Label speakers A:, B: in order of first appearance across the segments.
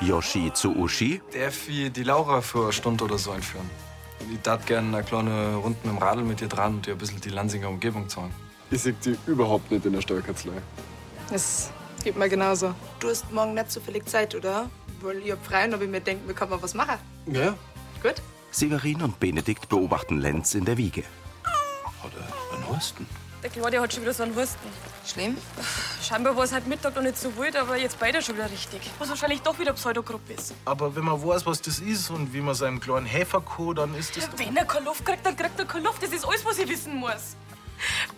A: Yoshi zu Uschi,
B: Darf ich die Laura für eine Stunde oder so einführen? Ich darf gerne eine kleine Runde mit dem Radl mit dir dran und dir ein bisschen die Lansinger Umgebung zeigen.
C: Ich sehe die überhaupt nicht in der Steuerkanzlei.
D: Es geht mir genauso. Du hast morgen nicht zufällig Zeit, oder? Weil ich hab frei und hab ich mir denkt, wir können mal was machen.
C: Ja?
D: Gut?
A: Severin und Benedikt beobachten Lenz in der Wiege.
E: Ein Husten.
F: Der Claudia hat schon wieder so einen Husten.
D: Schlimm?
F: Scheinbar war es heute Mittag noch nicht so wild, aber jetzt beide schon wieder richtig. Was wahrscheinlich doch wieder Pseudogruppe ist.
G: Aber wenn man weiß, was das ist und wie man seinem kleinen Helfer kann, dann ist das.
F: Wenn er keine Luft kriegt, dann kriegt er keine Luft. Das ist alles, was ich wissen muss.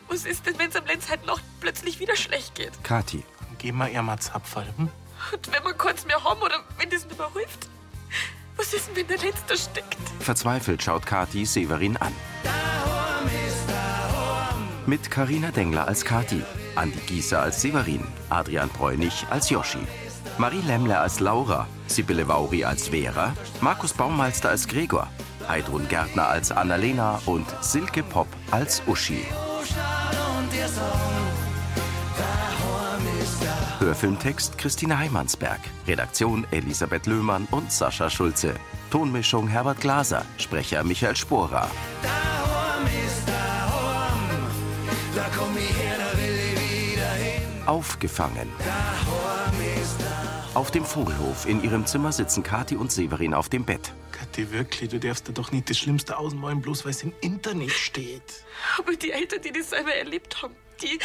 F: Was ist denn, wenn es am Lenz halt noch plötzlich wieder schlecht geht?
A: Kathi,
G: Geh mal ihr mal Zapferl. Hm?
F: Und wenn wir keins mehr haben oder wenn das nicht mehr hilft? Was ist denn, wenn der Lenz da steckt?
A: verzweifelt schaut Kathi Severin an. Mit Karina Dengler als Kathi, Andi Gieser als Severin, Adrian Bräunig als Yoshi, Marie Lemmler als Laura, Sibylle Vauri als Vera, Markus Baumeister als Gregor, Heidrun Gärtner als Annalena und Silke Popp als Uschi. Hörfilmtext Christine Heimansberg. Redaktion Elisabeth Löhmann und Sascha Schulze. Tonmischung Herbert Glaser. Sprecher Michael Sporer. Aufgefangen. Auf dem Vogelhof in ihrem Zimmer sitzen Kathi und Severin auf dem Bett.
G: Kathi, wirklich, du darfst dir doch nicht das Schlimmste ausmalen, bloß weil es im Internet steht.
F: Aber die Eltern, die das selber erlebt haben, die.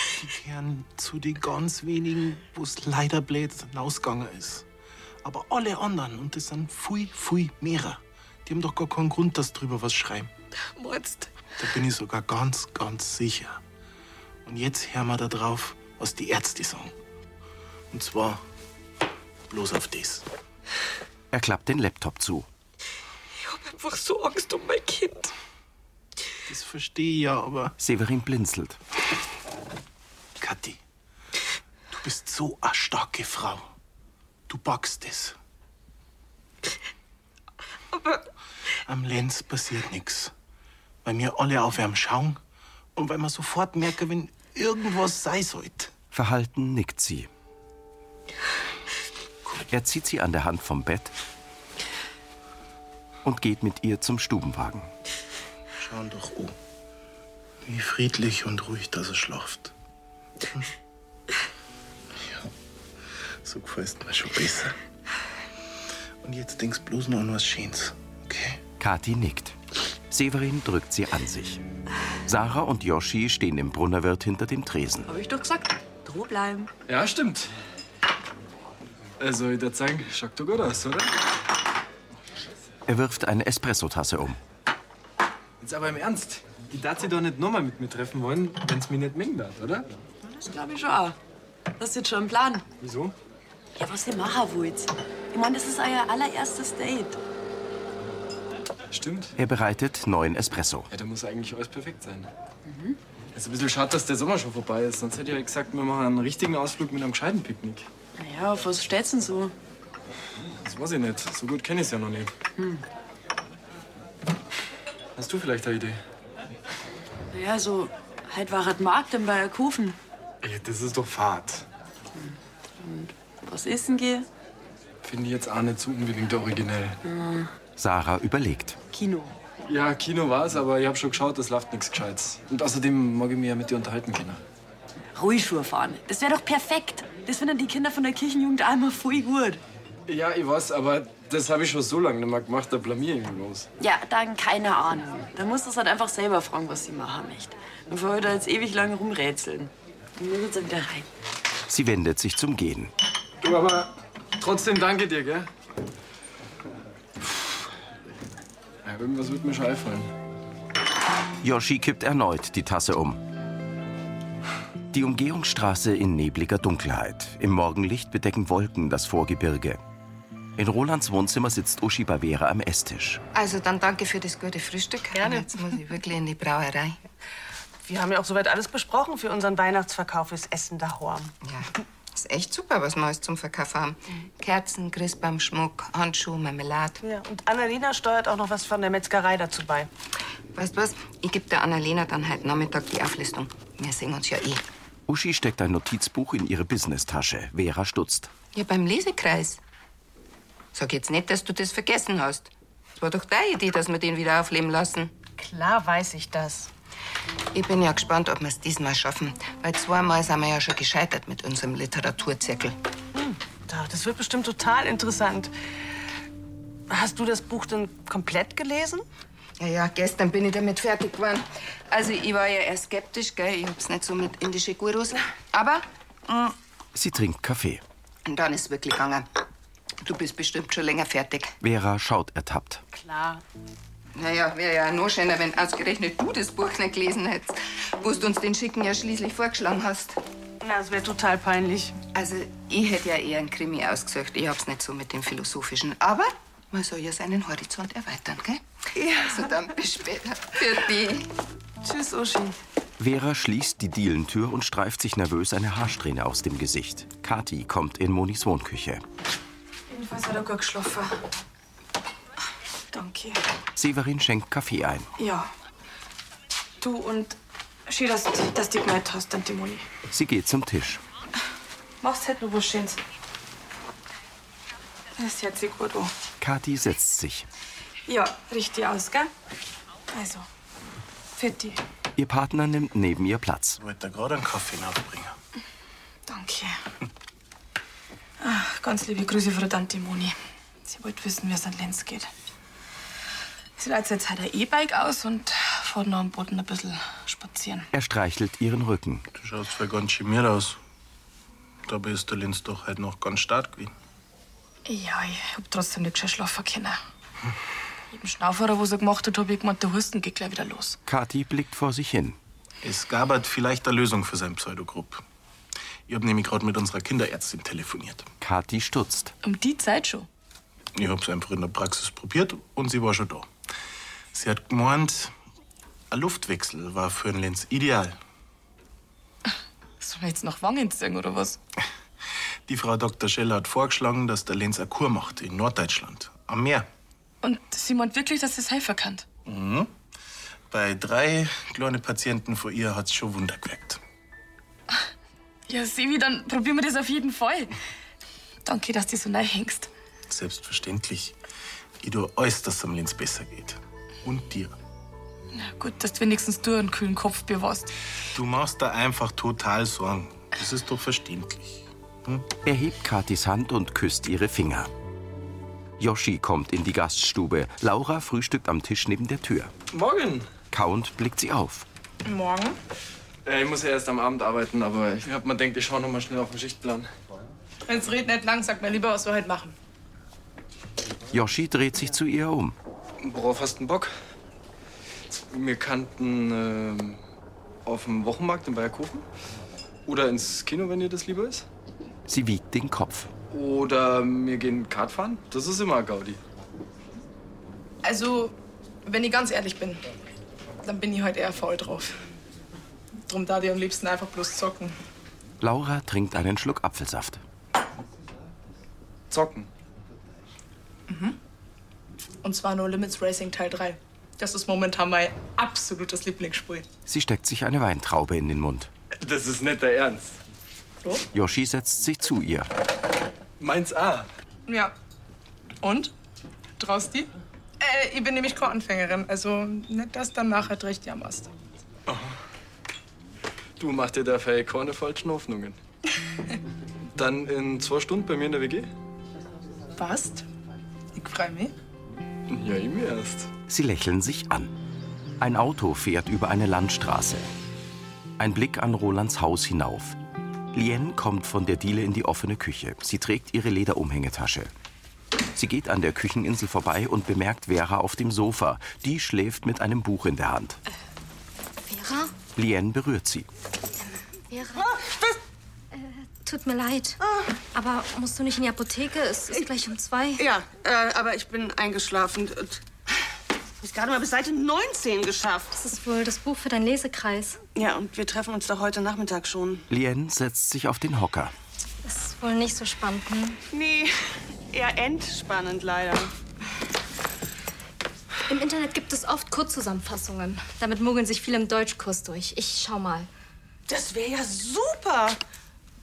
G: Gern zu den ganz wenigen, wo es leider blöd rausgegangen ist. Aber alle anderen, und das sind viel, viel mehrer, die haben doch gar keinen Grund, dass sie drüber was schreiben.
F: Meinst
G: Da bin ich sogar ganz, ganz sicher. Und jetzt hören wir da drauf, was die Ärzte sagen. Und zwar bloß auf das.
A: Er klappt den Laptop zu.
F: Ich hab einfach so Angst um mein Kind.
G: Das verstehe ich ja, aber
A: Severin blinzelt.
G: Kathi, du bist so eine starke Frau. Du packst es.
F: Aber
G: Am Lenz passiert nichts. Weil wir alle auf ihn schauen und weil wir sofort merken, wenn irgendwas sein sollte.
A: Verhalten nickt sie. Er zieht sie an der Hand vom Bett und geht mit ihr zum Stubenwagen.
G: Schauen doch um. Wie friedlich und ruhig, dass er schlaft. Hm. Ja, so gefällt mir schon besser. Und jetzt denkst bloß nur an was Schönes, okay?
A: Kathi nickt. Severin drückt sie an sich. Sarah und Yoshi stehen im Brunnerwirt hinter dem Tresen.
H: Hab ich doch gesagt. Droh bleiben.
B: Ja, stimmt. Also, ich würde sagen, schaut doch gut aus, oder?
A: Er wirft eine Espressotasse um.
B: Jetzt aber im Ernst. Ich darf sie doch nicht nochmal mit mir treffen wollen, wenn's mich nicht mengen darf, oder?
H: Das glaube ich schon auch. Das ist jetzt schon ein Plan.
B: Wieso?
H: Ja, was ihr machen wollt. Ich meine, das ist euer allererstes Date.
B: Stimmt.
A: Er bereitet neuen Espresso.
B: Ja, da muss eigentlich alles perfekt sein. Es ist ein bisschen schade, dass der Sommer schon vorbei ist. Sonst hätte ich ja gesagt, wir machen einen richtigen Ausflug mit einem gescheiten Picknick.
H: Naja, auf was stellst du denn so?
B: Das weiß ich nicht. So gut kenne ich es ja noch nicht. Hast du vielleicht eine Idee?
H: Naja, so, halt war halt Markt in Bayerkofen.
B: Ja, das ist doch Fahrt.
H: Was essen gehen?
B: Finde ich jetzt auch nicht so unbedingt originell.
A: Sarah überlegt.
H: Kino.
B: Ja, Kino war es, aber ich habe schon geschaut, das läuft nichts Gescheites. Und außerdem mag ich mich ja mit dir unterhalten können.
H: Rollschuhe fahren. Das wäre doch perfekt. Das finden die Kinder von der Kirchenjugend einmal voll gut.
B: Ja, ich weiß, aber das habe ich schon so lange nicht mehr gemacht, da blamier ich mich bloß.
H: Ja, dann keine Ahnung. Dann musst du es halt einfach selber fragen, was sie machen möchte. Bevor wir da jetzt ewig lang rumrätseln. Dann muss jetzt wieder rein.
A: Sie wendet sich zum Gehen.
B: Du, aber trotzdem danke dir, gell? Ja, irgendwas wird mir schon einfallen.
A: Yoshi kippt erneut die Tasse um. Die Umgehungsstraße in nebliger Dunkelheit. Im Morgenlicht bedecken Wolken das Vorgebirge. In Rolands Wohnzimmer sitzt Uschi bei Vera am Esstisch.
D: Also dann danke für das gute Frühstück. Gerne. Jetzt muss ich wirklich in die Brauerei.
I: Wir haben ja auch soweit alles besprochen für unseren Weihnachtsverkauf fürs Essen daheim.
D: Ja. Ist echt super, was wir alles zum Verkauf haben. Kerzen, Christbaum, Schmuck, Handschuhe, Marmelade.
I: Ja, und Annalena steuert auch noch was von der Metzgerei dazu bei.
D: Weißt du was? Ich gebe der Annalena dann heute Nachmittag die Auflistung. Wir sehen uns ja eh.
A: Uschi steckt ein Notizbuch in ihre Businesstasche. Vera stutzt.
D: Ja, beim Lesekreis.
J: Sag jetzt nicht, dass du das vergessen hast. Es war doch deine Idee, dass wir den wieder aufleben lassen.
K: Klar weiß ich das.
J: Ich bin ja gespannt, ob wir es diesmal schaffen, weil zweimal sind wir ja schon gescheitert mit unserem Literaturzirkel.
K: Da, Das wird bestimmt total interessant. Hast du das Buch denn komplett gelesen?
J: Ja, ja, gestern bin ich damit fertig geworden. Also, ich war ja eher skeptisch, gell? Ich hab's nicht so mit indische Gurus. Aber mh,
A: Sie trinkt Kaffee.
J: dann ist wirklich gegangen. Du bist bestimmt schon länger fertig.
A: Vera schaut ertappt.
J: Klar. Naja, wäre ja noch schöner, wenn ausgerechnet du das Buch nicht gelesen hättest, wo du uns den Schicken ja schließlich vorgeschlagen hast.
K: Na, das wäre total peinlich.
J: Also, ich hätte ja eher einen Krimi ausgesucht. Ich hab's nicht so mit dem Philosophischen. Aber man soll ja seinen Horizont erweitern, gell? Ja. Also dann bis später. Für dich.
K: Tschüss, Uschi.
A: Vera schließt die Dielentür und streift sich nervös eine Haarsträhne aus dem Gesicht. Kathi kommt in Monis Wohnküche.
L: Jedenfalls hat er gut geschlafen. Danke.
A: Severin schenkt Kaffee ein.
L: Ja. Du und schön, dass, dass du gemeldet hast, Tante Moni.
A: Sie geht zum Tisch.
L: Machst halt nur was Schönes. Das hört sich gut an.
A: Kathi setzt sich.
L: Ja, richtig aus, gell? Also, für dich.
A: Ihr Partner nimmt neben ihr Platz.
G: Ich wollte gerade einen Kaffee nachbringen.
L: Danke. Ach, ganz liebe Grüße von der Tante Moni. Sie wollte wissen, wie es an Lenz geht. Sie leitet jetzt halt ein E-Bike aus und fährt noch am Boden ein bisschen spazieren.
A: Er streichelt ihren Rücken.
G: Du schaust zwar ganz schimiert aus. Dabei ist der Linz doch halt noch ganz stark gewesen.
L: Ja, ich hab trotzdem nicht gescheit schlafen können. Jeden Schnauferer, wo sie gemacht hat, hab ich gemeint, der Husten geht gleich wieder los.
A: Kathi blickt vor sich hin.
G: Es gab halt vielleicht eine Lösung für sein Pseudogrupp. Ich hab nämlich gerade mit unserer Kinderärztin telefoniert.
A: Kathi stutzt.
L: Um die Zeit schon.
G: Ich hab's einfach in der Praxis probiert und sie war schon da. Sie hat gemeint, ein Luftwechsel war für den Lenz ideal.
L: Soll man jetzt nach Wangen singen oder was?
G: Die Frau Dr. Scheller hat vorgeschlagen, dass der Lenz eine Kur macht in Norddeutschland, am Meer.
L: Und sie meint wirklich, dass das helfen kann.
G: Mhm. Bei drei kleinen Patienten vor ihr hat's schon Wunder gewirkt.
L: Ja, Sevi, dann probieren wir das auf jeden Fall. Danke, dass du so nah hängst.
G: Selbstverständlich. Ich tue alles, dass es am Lenz besser geht. Und dir.
L: Na gut, dass du wenigstens du einen kühlen Kopf bewahrst.
G: Du machst da einfach total Sorgen. Das ist doch verständlich.
A: Er hebt Kathis Hand und küsst ihre Finger. Yoshi kommt in die Gaststube. Laura frühstückt am Tisch neben der Tür.
B: Morgen.
A: Kauend blickt sie auf.
B: Morgen? Äh, ich muss ja erst am Abend arbeiten, aber ich hab mir gedacht, ich schau noch mal schnell auf den Schichtplan.
D: Wenn's red nicht lang, sag mir lieber, was wir heute machen.
A: Yoshi dreht sich zu ihr um.
B: Worauf hast du denn Bock? Wir kannten ähm, auf dem Wochenmarkt in Bayerkofen. Oder ins Kino, wenn dir das lieber ist.
A: Sie wiegt den Kopf.
B: Oder wir gehen Kart fahren. Das ist immer ein Gaudi.
D: Also, wenn ich ganz ehrlich bin, dann bin ich heute eher faul drauf. Drum da die am liebsten einfach bloß zocken.
A: Laura trinkt einen Schluck Apfelsaft.
B: Zocken.
D: Und zwar nur Limits Racing Teil 3. Das ist momentan mein absolutes Lieblingsspiel.
A: Sie steckt sich eine Weintraube in den Mund.
B: Das ist nicht der Ernst.
A: Yoshi setzt sich zu ihr.
B: Meins A.
D: Ja. Und? Traust die? Äh, ich bin nämlich Koranfängerin, also nicht, dass dann nachher recht jammerst.
B: Du machst dir dafür keine falschen Hoffnungen. Dann in zwei Stunden bei mir in der WG?
D: Passt. Ich freue mich.
B: Ja, ich mir erst.
A: Sie lächeln sich an. Ein Auto fährt über eine Landstraße. Ein Blick an Rolands Haus hinauf. Lien kommt von der Diele in die offene Küche. Sie trägt ihre Lederumhängetasche. Sie geht an der Kücheninsel vorbei und bemerkt Vera auf dem Sofa. Die schläft mit einem Buch in der Hand.
M: Vera?
A: Lien berührt sie.
M: Vera? Äh, Tut mir leid.
H: Ah.
M: Aber musst du nicht in die Apotheke? Es ist gleich um zwei.
I: Ja, äh, aber ich bin eingeschlafen. und hab's gerade mal bis Seite 19 geschafft. Das ist wohl das Buch für deinen Lesekreis. Ja, und wir treffen uns doch heute Nachmittag schon.
A: Lien setzt sich auf den Hocker.
M: Das ist wohl nicht so spannend, ne?
I: Nee, eher entspannend leider.
M: Im Internet gibt es oft Kurzzusammenfassungen. Damit mogeln sich viele im Deutschkurs durch. Ich schau mal.
I: Das wäre ja super.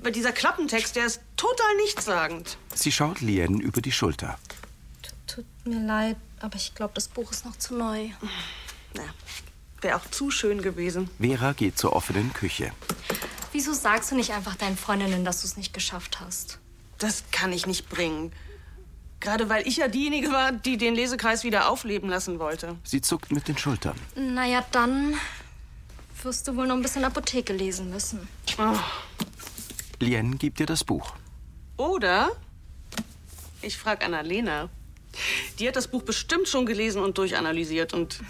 I: Bei dieser Klappentext, der ist total nichtssagend.
A: Sie schaut Lien über die Schulter.
M: Tut mir leid, aber ich glaube, das Buch ist noch zu neu.
L: Wäre auch zu schön gewesen.
A: Vera geht zur offenen Küche.
M: Wieso sagst du nicht einfach deinen Freundinnen, dass du es nicht geschafft hast?
L: Das kann ich nicht bringen. Gerade weil ich ja diejenige war, die den Lesekreis wieder aufleben lassen wollte.
A: Sie zuckt mit den Schultern.
M: Naja, dann wirst du wohl noch ein bisschen Apotheke lesen müssen.
L: Oh.
A: Lien gibt ihr das Buch.
L: Oder ich frage Annalena. Die hat das Buch bestimmt schon gelesen und durchanalysiert und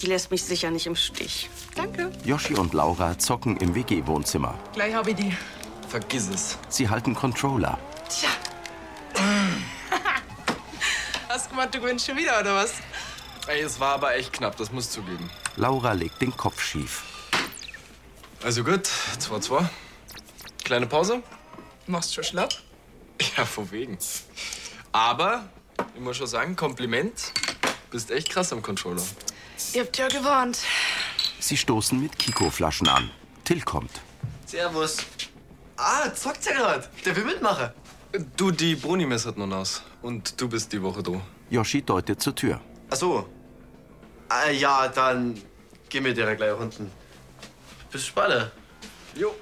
L: die lässt mich sicher nicht im Stich.
D: Danke.
A: Yoshi und Laura zocken im WG-Wohnzimmer.
D: Gleich habe ich die.
A: Vergiss es. Sie halten Controller.
D: Tja. Hast gemacht, du gewinnst schon wieder, oder was?
B: Ey, es war aber echt knapp, das muss zugeben.
A: Laura legt den Kopf schief.
B: Also gut, 2-2. Kleine Pause?
D: Machst schon schlapp?
B: Ja, von wegen. Aber, ich muss schon sagen, Kompliment. Bist echt krass am Controller.
F: Ihr habt ja gewarnt.
A: Sie stoßen mit Kiko-Flaschen an. Till kommt.
N: Servus. Ah, zockt ihr gerade? Der will mitmachen.
B: Du, die Brunimes hat nun aus. Und du bist die Woche du.
A: Yoshi deutet zur Tür.
N: Ach so. Ah, ja, dann geh mit dir gleich unten. Bis später. Jo.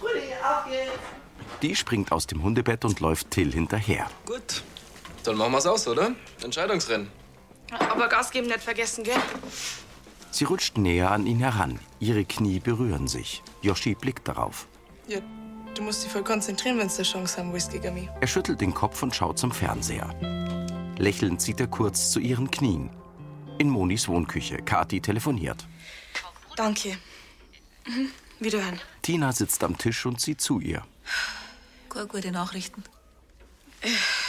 L: Rudi, auf geht's.
A: Die springt aus dem Hundebett und läuft Till hinterher.
B: Gut. Dann machen wir's aus, oder? Entscheidungsrennen.
L: Aber Gas geben nicht vergessen, gell?
A: Sie rutscht näher an ihn heran. Ihre Knie berühren sich. Yoshi blickt darauf.
D: Ja, du musst dich voll konzentrieren, wenn du eine Chance haben willst gegen mich.
A: Er schüttelt den Kopf und schaut zum Fernseher. Lächelnd sieht er kurz zu ihren Knien. In Monis Wohnküche. Kathi telefoniert.
L: Danke. Mhm. Wiederhören.
A: Tina sitzt am Tisch und sieht zu ihr.
F: Gut, gute Nachrichten.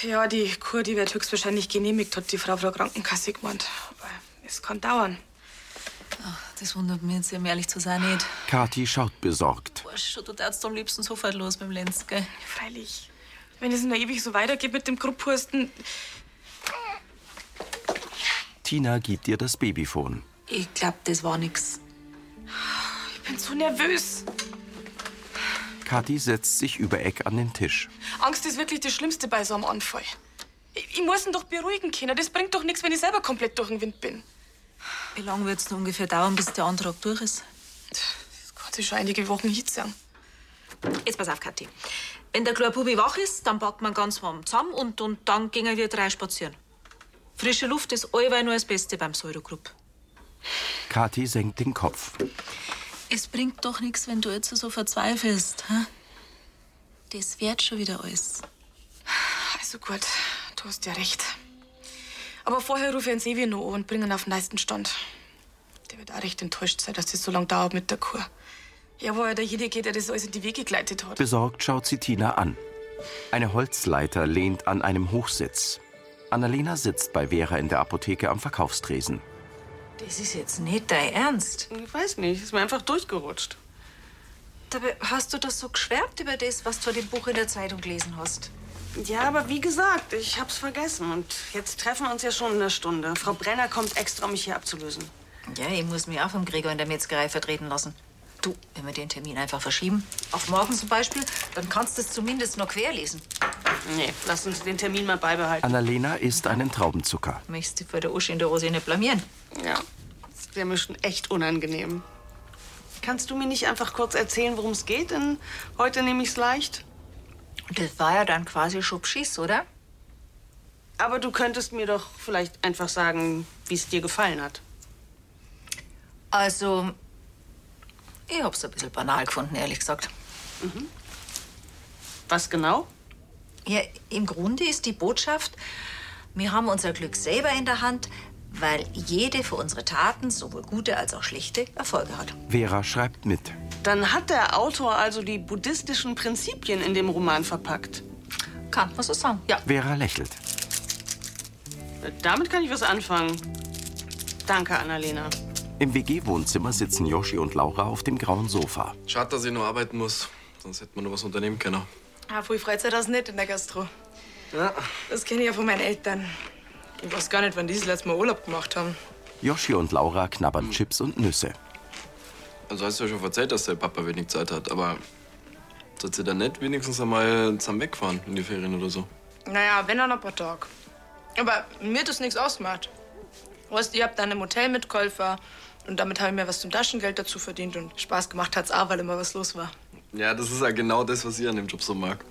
L: Ja, die Kur, die wird höchstwahrscheinlich genehmigt, hat die Frau von der Krankenkasse gemeint. Aber es kann dauern.
F: Das wundert mich jetzt, um ehrlich zu sein, nicht.
A: Kathi schaut besorgt.
F: Arsch, du darfst am liebsten sofort los beim Lenz, gell?
L: Freilich. Wenn es noch ewig so weitergeht mit dem Grupphusten.
A: Tina gibt ihr das Babyfon.
F: Ich glaub, das war nix.
L: Ich bin so nervös.
A: Kathi setzt sich über Eck an den Tisch.
L: Angst ist wirklich das Schlimmste bei so einem Anfall. Ich, ich muss ihn doch beruhigen können. Das bringt doch nichts, wenn ich selber komplett durch den Wind bin.
F: Wie lange wird's denn ungefähr dauern, bis der Antrag durch ist?
L: Das kann sich schon einige Wochen hitzern.
F: Jetzt pass auf, Kathi. Wenn der kleine Bubi wach ist, dann packt man ganz warm zusammen und, und dann gingen wir drei spazieren. Frische Luft ist allweil nur das Beste beim Pseudoclub.
A: Kathi senkt den Kopf.
F: Es bringt doch nichts, wenn du jetzt so verzweifelst. Hä? Das wird schon wieder alles.
L: Also gut, du hast ja recht. Aber vorher rufe ich den Sevi noch an und bringe ihn auf den neuesten Stand. Der wird auch recht enttäuscht sein, dass das so lange dauert mit der Kur. Er war ja derjenige, der das alles in die Wege geleitet hat.
A: Besorgt schaut sie Tina an. Eine Holzleiter lehnt an einem Hochsitz. Annalena sitzt bei Vera in der Apotheke am Verkaufstresen.
F: Das ist jetzt nicht dein Ernst.
L: Ich weiß nicht, ist mir einfach durchgerutscht.
F: Dabei hast du doch so geschwärmt über das, was du in dem Buch in der Zeitung gelesen hast.
L: Ja, aber wie gesagt, ich hab's vergessen. Und jetzt treffen wir uns ja schon in einer Stunde. Frau Brenner kommt extra, um mich hier abzulösen.
F: Ja, ich muss mich auch vom Gregor in der Metzgerei vertreten lassen. Du, wenn wir den Termin einfach verschieben, auf morgen zum Beispiel, dann kannst du es zumindest noch querlesen.
L: Nee, lass uns den Termin mal beibehalten.
A: Annalena isst einen Traubenzucker.
F: Möchtest du vor der Uschi in der Rose nicht blamieren?
L: Ja, das wäre mir schon echt unangenehm. Kannst du mir nicht einfach kurz erzählen, worum es geht? Denn heute nehme ich's leicht.
F: Das war ja dann quasi Schubschieß, oder?
L: Aber du könntest mir doch vielleicht einfach sagen, wie es dir gefallen hat.
F: Also, ich hab's ein bisschen banal gefunden, ehrlich gesagt.
L: Mhm. Was genau?
F: Ja, im Grunde ist die Botschaft, wir haben unser Glück selber in der Hand, weil jede für unsere Taten, sowohl gute als auch schlechte, Erfolge hat.
A: Vera schreibt mit.
L: Dann hat der Autor also die buddhistischen Prinzipien in dem Roman verpackt.
F: Kann man so sagen, ja.
A: Vera lächelt.
L: Damit kann ich was anfangen. Danke, Annalena.
A: Im WG-Wohnzimmer sitzen Yoshi und Laura auf dem grauen Sofa.
B: Schade, dass ich nur arbeiten muss. Sonst hätte man noch was unternehmen können.
D: Ah, früh freut sich das nicht in der Gastro.
B: Ja.
D: Das kenne ich ja von meinen Eltern. Ich weiß gar nicht, wann die das letzte Mal Urlaub gemacht haben.
A: Yoshi und Laura knabbern Chips und Nüsse.
B: Also hast du ja schon erzählt, dass der Papa wenig Zeit hat, aber sollt ihr dann nicht wenigstens einmal zusammen wegfahren in die Ferien oder so?
D: Naja, wenn dann ein paar Tage. Aber mir hat das nichts ausgemacht. Weißt, ihr habt dann im Hotel mitgeholfen und damit habe ich mir was zum Taschengeld dazu verdient und Spaß gemacht hat's auch, weil immer was los war.
B: Ja, das ist ja genau das, was ich an dem Job so mag.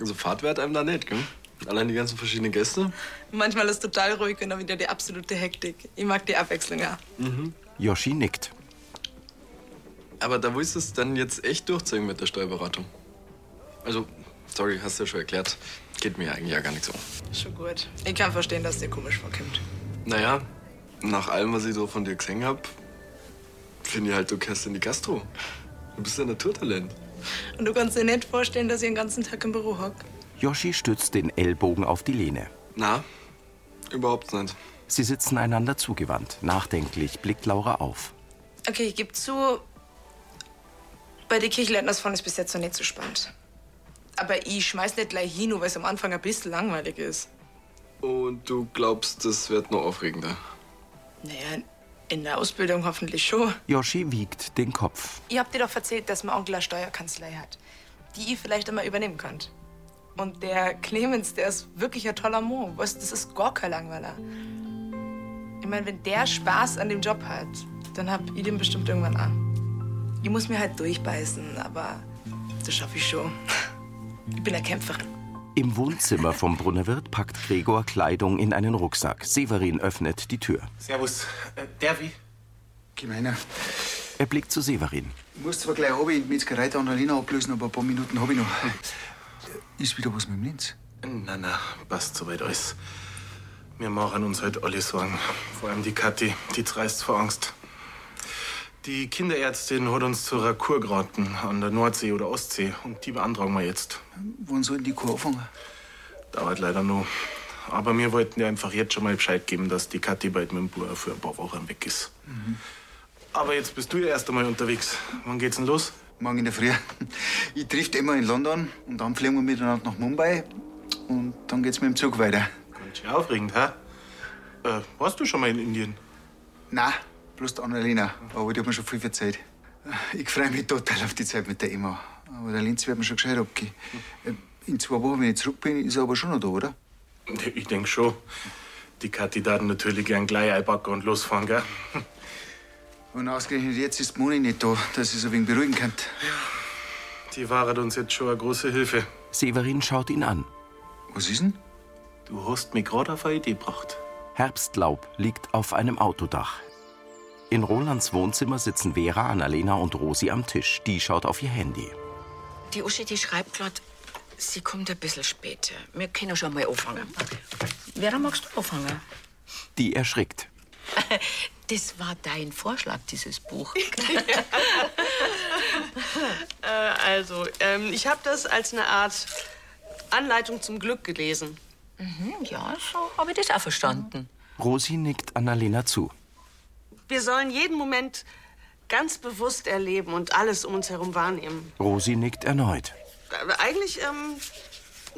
B: Also Fahrt wert einem da nicht, gell? Allein die ganzen verschiedenen Gäste.
D: Manchmal ist total ruhig und dann wieder die absolute Hektik. Ich mag die Abwechslung ja.
B: Mhm.
A: Yoshi nickt.
B: Aber da willst du es dann jetzt echt durchziehen mit der Steuerberatung. Also, sorry, hast du ja schon erklärt. Geht mir eigentlich ja gar nicht so.
D: Schon gut. Ich kann verstehen, dass dir komisch vorkommt.
B: Naja, nach allem, was ich so von dir gesehen hab, finde ich halt, du gehörst in die Gastro. Du bist ein Naturtalent.
D: Und du kannst dir nicht vorstellen, dass ich den ganzen Tag im Büro hock.
A: Yoshi stützt den Ellbogen auf die Lehne.
B: Na, überhaupt nicht.
A: Sie sitzen einander zugewandt. Nachdenklich blickt Laura auf.
D: Okay, ich gebe zu, bei den Kirchlerners fand ich bis jetzt noch nicht so spannend. Aber ich schmeiß nicht gleich hin, nur weil es am Anfang ein bisschen langweilig ist.
B: Und du glaubst, das wird noch aufregender.
D: Naja, in der Ausbildung hoffentlich schon.
A: Yoshi wiegt den Kopf.
D: Ihr habt dir doch erzählt, dass mein Onkel eine Steuerkanzlei hat, die ihr vielleicht einmal übernehmen könnt. Und der Clemens, der ist wirklich ein toller Mo. Weißt, das ist gar kein Langweiler. Ich meine, wenn der Spaß an dem Job hat, dann hab ich den bestimmt irgendwann an. Ich muss mir halt durchbeißen, aber das schaffe ich schon. Ich bin eine Kämpferin.
A: Im Wohnzimmer vom Brunnerwirt packt Gregor Kleidung in einen Rucksack. Severin öffnet die Tür.
O: Servus. Äh, darf ich? Gemeiner.
A: Er blickt zu Severin.
O: Ich muss zwar gleich runter in die Metzgerei der Annalena ablösen, aber ein paar Minuten habe ich noch. Ist wieder was mit dem Linz?
G: Na, na, passt soweit alles. Wir machen uns heute alle Sorgen. Vor allem die Kathi, die zerreißt vor Angst. Die Kinderärztin hat uns zur Kur geraten, an der Nordsee oder Ostsee. Und die beantragen wir jetzt.
O: Wann soll denn die Kur anfangen?
G: Dauert leider noch. Aber wir wollten dir einfach jetzt schon mal Bescheid geben, dass die Kathi bald mit dem Bauer für ein paar Wochen weg ist.
O: Mhm.
G: Aber jetzt bist du ja erst einmal unterwegs. Wann geht's denn los?
O: Morgen in der Früh. Ich trifft immer in London und dann fliegen wir miteinander nach Mumbai und dann geht's mit dem Zug weiter.
G: Ganz schön aufregend, hä? Äh, warst du schon mal in Indien?
O: Na, bloß die Annalena, aber die hat mir schon viel erzählt. Ich freue mich total auf die Zeit mit der Emma. Aber der Linz wird mir schon gescheit abgehen. In zwei Wochen, wenn ich zurück bin, ist er aber schon noch da, oder?
G: Ich denk schon. Die Kathi darf natürlich gern gleich einpacken und losfahren, gell?
O: Und ausgerechnet jetzt ist die Moni nicht da, dass ich so wegen beruhigen kann.
G: Die waren uns jetzt schon eine große Hilfe.
A: Severin schaut ihn an.
O: Was ist denn?
G: Du hast mich gerade auf eine Idee gebracht.
A: Herbstlaub liegt auf einem Autodach. In Rolands Wohnzimmer sitzen Vera, Annalena und Rosi am Tisch. Die schaut auf ihr Handy.
P: Die Uschi, die schreibt grad, sie kommt ein bisschen später. Wir können schon mal anfangen. Vera, magst du anfangen?
A: Die erschrickt.
P: Das war dein Vorschlag, dieses Buch.
I: Äh, also, ähm, ich habe das als eine Art Anleitung zum Glück gelesen.
P: Mhm, ja, so habe ich das auch verstanden.
A: Rosi nickt Annalena zu.
I: Wir sollen jeden Moment ganz bewusst erleben und alles um uns herum wahrnehmen.
A: Rosi nickt erneut.
I: Aber Eigentlich ähm,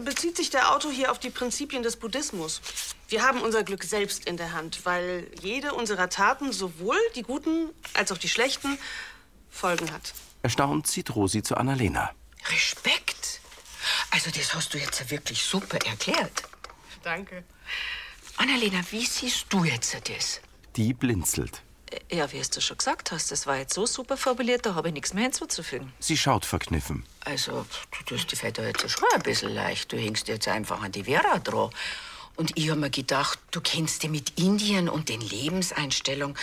I: bezieht sich der Autor hier auf die Prinzipien des Buddhismus. Wir haben unser Glück selbst in der Hand, weil jede unserer Taten sowohl die guten als auch die schlechten Folgen hat.
A: Erstaunt zieht Rosi zu Annalena.
P: Respekt. Also, das hast du jetzt wirklich super erklärt.
I: Danke.
P: Annalena, wie siehst du jetzt das?
A: Die blinzelt.
P: Ja, wie es du schon gesagt hast, das war jetzt so super formuliert, da habe ich nichts mehr hinzuzufügen.
A: Sie schaut verkniffen.
P: Also, du tust die Väter jetzt schon ein bisschen leicht. Du hängst jetzt einfach an die Vera dran. Und ich habe mir gedacht, du kennst dich mit Indien und den Lebenseinstellungen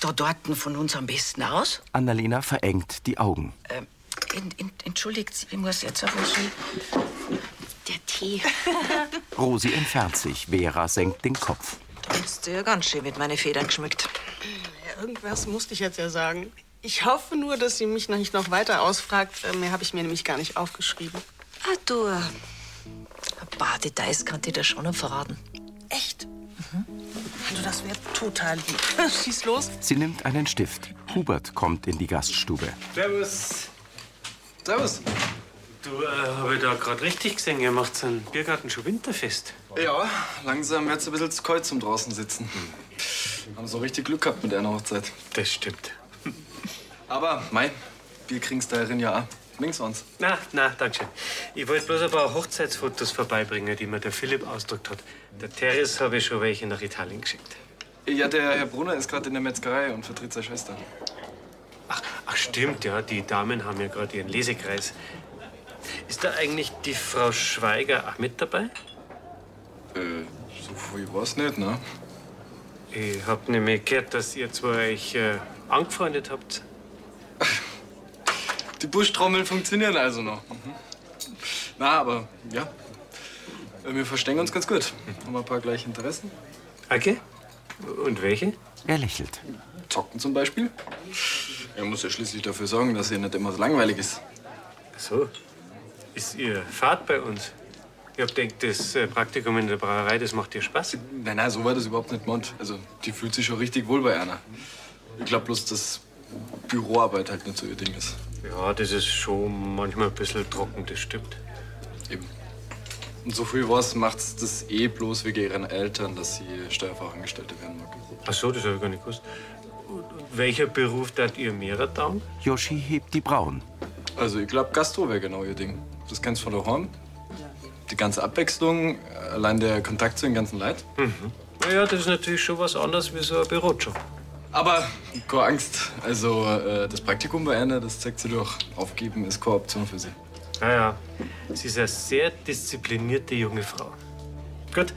P: da dorten von uns am besten aus.
A: Annalena verengt die Augen.
P: Ähm, ent, ent, entschuldigt, ich muss jetzt auf Regie. Der Tee.
A: Rosi entfernt sich. Vera senkt den Kopf.
P: Du hast dir ja ganz schön mit meinen Federn geschmückt.
I: Ja, Irgendwas musste ich jetzt ja sagen. Ich hoffe nur, dass sie mich noch nicht noch weiter ausfragt. Äh, Mehr habe ich mir nämlich gar nicht aufgeschrieben.
P: Ah, du. äh, Ein paar Details kann ich dir schon noch verraten.
I: Echt? Also das wäre total lieb. Schieß los.
A: Sie nimmt einen Stift. Hubert kommt in die Gaststube.
N: Servus.
B: Servus.
Q: Du, äh, habe ich da gerade richtig gesehen, ihr macht ein Biergarten schon Winterfest.
B: Ja, langsam wird's ein bisschen zu kalt zum draußen sitzen. Haben so richtig Glück gehabt mit einer Hochzeit.
Q: Das stimmt.
B: Aber, mei, wir kriegen's darin ja auch. Links uns.
Q: Na, na, danke schön. Ich wollte bloß ein paar Hochzeitsfotos vorbeibringen, die mir der Philipp ausgedruckt hat. Der Teres habe ich schon welche nach Italien geschickt.
B: Ja, der Herr Brunner ist gerade in der Metzgerei und vertritt seine Schwester.
Q: Ach, stimmt, ja, die Damen haben ja gerade ihren Lesekreis. Ist da eigentlich die Frau Schweiger auch mit dabei?
B: Äh, so viel war's nicht, ne?
Q: Ich hab nämlich gehört, dass ihr zwei euch äh, angefreundet habt.
B: Die Buschtrommeln funktionieren also noch. Mhm. Na, aber ja. Äh, Wir verstehen uns ganz gut. Haben wir ein paar gleiche Interessen.
Q: Okay. Und welche?
A: Er lächelt.
B: Zocken zum Beispiel. Er muss ja schließlich dafür sorgen, dass ihr nicht immer so langweilig ist.
Q: So. Ist ihr Fahrt bei uns? Ich hab gedacht, das äh, Praktikum in der Brauerei, das macht dir Spaß.
B: Nein, nein, so war das überhaupt nicht Mond. Also, die fühlt sich schon richtig wohl bei Anna. Ich glaube bloß, dass Büroarbeit halt nicht so ihr Ding ist.
Q: Ja, das ist schon manchmal ein bisschen trocken, das stimmt.
B: Eben. Und so viel was macht's das eh bloß wegen ihren Eltern, dass sie Steuerfachangestellte werden mag.
Q: Ach so, das habe ich gar nicht gewusst. Und, und welcher Beruf tat ihr mehrer Daumen?
A: Yoshi hebt die Brauen.
B: Also, ich glaube, Gastro wäre genau ihr Ding. Das kennst du von daheim. Die ganze Abwechslung, allein der Kontakt zu den ganzen Leid.
Q: Mhm. Naja, das ist natürlich schon was anderes wie so ein Bürojob.
B: Aber keine Angst. Also, äh, das Praktikum bei Anna, das zeigt sie durch. Aufgeben ist keine Option für sie.
Q: Naja, sie ist eine sehr disziplinierte junge Frau. Gut,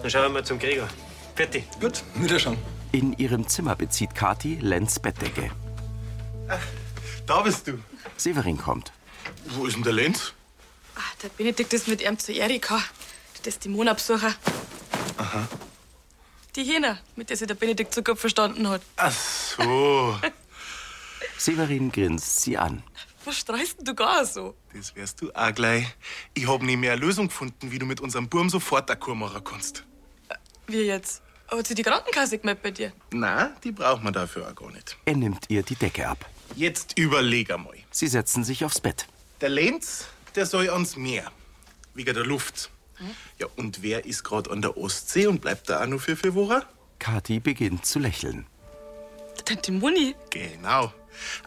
Q: dann schauen wir mal zum Gregor. Fertig.
B: Gut, wiederschauen.
A: In ihrem Zimmer bezieht Kathi Lenz Bettdecke.
G: Da bist du.
A: Severin kommt.
G: Wo ist denn der Lenz?
L: Ah, Der Benedikt ist mit ihm zu Erika. Das ist die Mona besuchen.
G: Aha.
L: Die Hähne, mit der sich der Benedikt so gut verstanden hat.
G: Ach so.
A: Severin grinst sie an.
L: Was streust denn du gar so?
G: Das wärst du auch gleich. Ich hab nämlich eine Lösung gefunden, wie du mit unserem Burm sofort eine Kur machen kannst.
L: Wie jetzt? Hat sie die Krankenkasse gemeldet bei dir?
G: Na, die braucht man dafür auch gar nicht.
A: Er nimmt ihr die Decke ab.
G: Jetzt überleg einmal.
A: Sie setzen sich aufs Bett.
G: Der Lenz, der soll ans Meer. Wegen der Luft. Ja, und wer ist gerade an der Ostsee und bleibt da auch noch für vier Wochen?
A: Kathi beginnt zu lächeln.
L: Tante Muni.
G: Genau.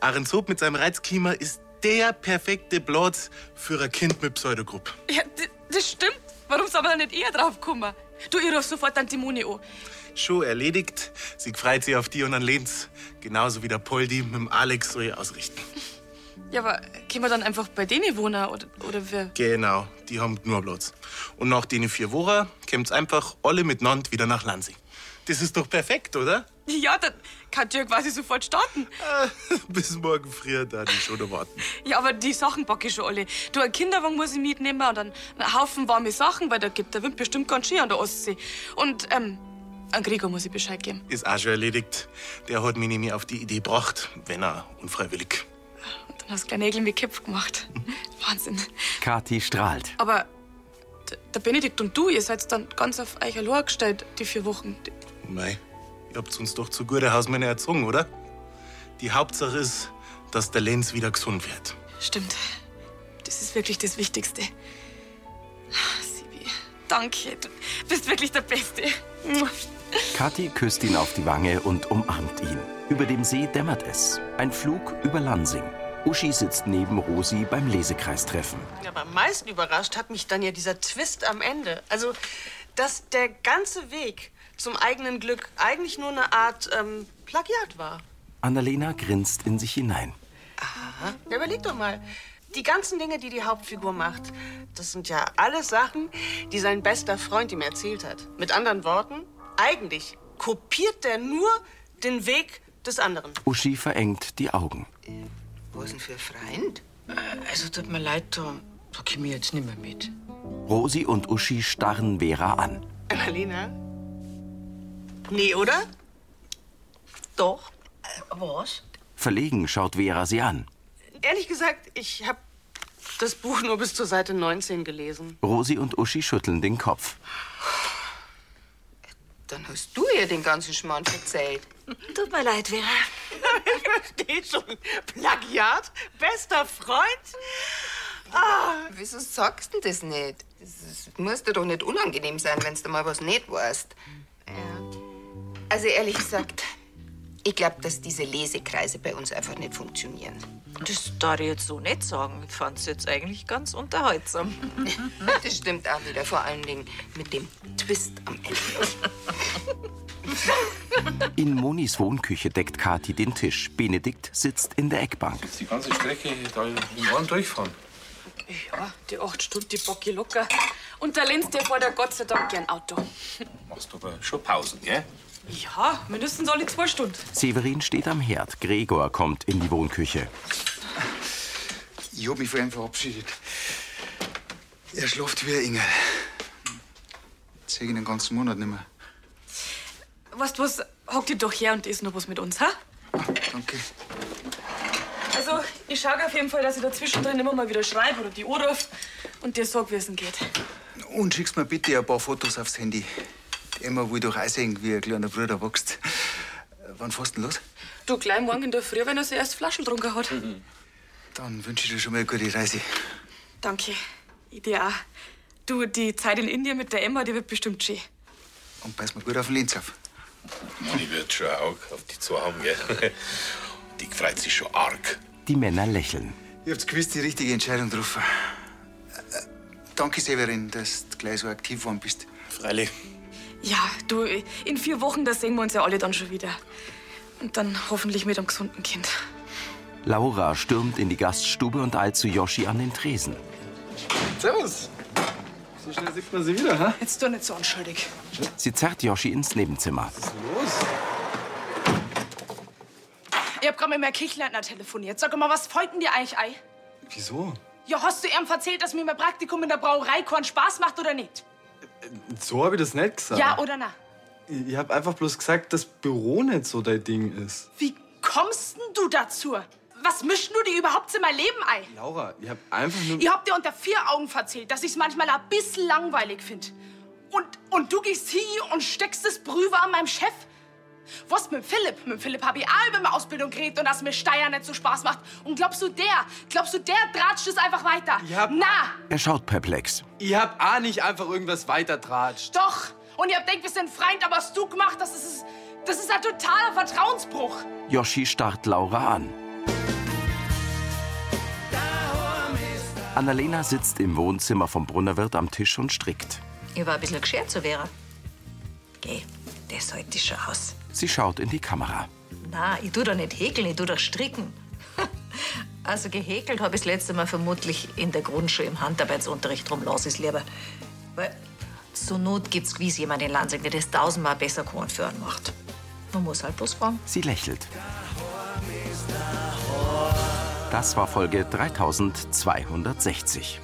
G: Ahrenshoop mit seinem Reizklima ist der perfekte Platz für ein Kind mit Pseudogrupp.
L: Ja, d- das stimmt. Warum sind wir da nicht eher drauf gekommen? Du, ich ruf sofort Tante Moni an.
G: Schon erledigt. Sie freut sich auf die und an Lenz. Genauso wie der Poldi mit dem Alex soll ich ausrichten.
L: Ja, aber können wir dann einfach bei denen wohnen? Oder, oder wir.
G: Genau, die haben nur Platz. Und nach den vier Wochen kommt's einfach alle miteinander wieder nach Lansing. Das ist doch perfekt, oder? Ah,
L: Ja, dann kann Dirk quasi sofort starten.
G: Bis morgen früh, da die schon erwarten.
L: Ja, aber die Sachen packe ich schon alle. Du, ein Kinderwagen muss ich mitnehmen und dann einen Haufen warme Sachen, weil da gibt der Wind bestimmt ganz schön an der Ostsee. Und, ähm, an Gregor muss ich Bescheid geben.
G: Ist auch schon erledigt. Der hat mich nämlich auf die Idee gebracht, wenn er unfreiwillig.
L: Dann hast du gleich Nägel mit Kipf gemacht. Wahnsinn.
A: Kathi strahlt.
L: Aber d- der Benedikt und du, ihr seid dann ganz auf euch allein gestellt, die vier Wochen. Die-
G: Mei, ihr habt's uns doch zu gute Hausmänner erzogen, oder? Die Hauptsache ist, dass der Lenz wieder gesund wird.
L: Stimmt. Das ist wirklich das Wichtigste. Sibi, danke. Du bist wirklich der Beste.
A: Kathi küsst ihn auf die Wange und umarmt ihn. Über dem See dämmert es. Ein Flug über Lansing. Uschi sitzt neben Rosi beim Lesekreistreffen.
I: Aber am meisten überrascht hat mich dann ja dieser Twist am Ende. Also, dass der ganze Weg zum eigenen Glück eigentlich nur eine Art ähm, Plagiat war.
A: Annalena grinst in sich hinein.
I: Ja, überleg doch mal. Die ganzen Dinge, die die Hauptfigur macht, das sind ja alles Sachen, die sein bester Freund ihm erzählt hat. Mit anderen Worten, eigentlich kopiert der nur den Weg des anderen.
A: Uschi verengt die Augen.
P: Was denn für ein Freund? Äh, Also tut mir leid, da, da komm ich jetzt nimmer mit.
A: Rosi und Uschi starren Vera an.
I: Annalena? Nee, oder? Doch.
P: Was?
A: Verlegen schaut Vera sie an.
I: Ehrlich gesagt, ich habe das Buch nur bis zur Seite 19 gelesen.
A: Rosi und Uschi schütteln den Kopf.
J: Dann hast du ihr den ganzen Schmarrn verzeiht.
I: Tut mir leid, Vera. ich verstehe schon. Plagiat? Bester Freund?
J: Ah. Wieso sagst du das nicht? Das ist- muss dir doch nicht unangenehm sein, wenn du mal was nicht weißt. Ja. Also ehrlich gesagt, Ich glaube, dass diese Lesekreise bei uns einfach nicht funktionieren.
P: Das darf ich jetzt so nicht sagen. Ich fand es jetzt eigentlich ganz unterhaltsam.
J: Das stimmt auch wieder, vor allen Dingen mit dem Twist am Ende.
A: In Monis Wohnküche deckt Kathi den Tisch. Benedikt sitzt in der Eckbank.
Q: Die ganze Strecke da im Bahn durchfahren.
L: Ja, die acht Stunden, die bock ich locker. Und der Lenz, der fährt ja Gott sei Dank gern Auto.
Q: Machst aber schon Pausen, gell?
L: Ja, mindestens alle zwei Stunden.
A: Severin steht am Herd. Gregor kommt in die Wohnküche.
O: Ich hab mich von ihm verabschiedet. Er schläft wie ein Engel. Jetzt seh ich ihn den ganzen Monat nicht mehr.
L: Weißt du was, hock dich doch her und isst noch was mit uns, ha?
O: Danke.
L: Also, ich schaue auf jeden Fall, dass ich dazwischendrin immer mal wieder schreibe oder die Uhr ruft und dir sag, wie es denn geht.
O: Und schickst mir bitte ein paar Fotos aufs Handy. Die Emma will doch auch sehen, wie ein kleiner Bruder wächst. Äh, Wann fährst du denn los?
L: Du, gleich morgen in der Früh, wenn er sich erst Flaschen getrunken hat.
D: Mhm.
O: Dann wünsche ich dir schon mal eine gute Reise.
L: Danke. Ich dir auch. Du, die Zeit in Indien mit der Emma, die wird bestimmt schön.
O: Und pass mal gut auf den Lenz auf.
Q: Moni wird schon ein Auge auf die zwei haben, gell? Die freut sich schon arg.
A: Die Männer lächeln.
O: Ihr habt gewiss die richtige Entscheidung getroffen. Äh, Danke, Severin, dass du gleich so aktiv geworden bist.
Q: Freilich.
L: Ja, du, in vier Wochen, da sehen wir uns ja alle dann schon wieder. Und dann hoffentlich mit einem gesunden Kind.
A: Laura stürmt in die Gaststube und eilt zu Yoshi an den Tresen.
R: Servus. So schnell sieht man sie wieder, ha?
D: Jetzt doch nicht so unschuldig.
A: Sie zerrt Yoshi ins Nebenzimmer.
D: Ich hab grad mit meinem Kichleitner telefoniert. Sag mal, was folgt denn dir eigentlich ei?
B: Wieso?
D: Ja, hast du ihm erzählt, dass mir mein Praktikum in der Brauerei keinen Spaß macht oder nicht?
B: So habe ich das nicht gesagt.
D: Ja oder na?
B: Ich ich hab einfach bloß gesagt, dass Büro nicht so dein Ding ist.
D: Wie kommst denn du dazu? Was mischen du dir überhaupt in mein Leben ein?
B: Laura, ich hab einfach nur.
D: Ich hab dir unter vier Augen verzählt, dass ich's manchmal ein bisschen langweilig find. Und, und du gehst hier und steckst das Brühe an meinem Chef? Was mit dem Philipp? Mit dem Philipp hab ich auch über meine Ausbildung geredet und dass mir Steier nicht so Spaß macht. Und glaubst du, der, glaubst du, der tratscht es einfach weiter?
B: hab-
D: Na,
A: Er schaut perplex.
B: Ich hab auch nicht einfach irgendwas weitertratscht.
D: doch! Und ihr habt denkt, wir sind Freund, aber was du gemacht hast, das ist, das ist ein totaler Vertrauensbruch.
A: Yoshi starrt Laura an. Annalena sitzt im Wohnzimmer vom Brunnerwirt am Tisch und strickt.
P: Ich war ein bisschen geschert zu Vera. Geh, das hält dich schon aus.
A: Sie schaut in die Kamera.
P: Na, ich tu doch nicht häkeln, ich tu doch stricken. Also gehäkelt habe ich das letzte Mal vermutlich in der Grundschule im Handarbeitsunterricht, drum lass ich's lieber. Weil zur Not gibt's gewiss jemanden in Lansing, der das tausendmal besser kann und für einen macht. Man muss halt bloß fragen.
A: Sie lächelt. Das war Folge 3260.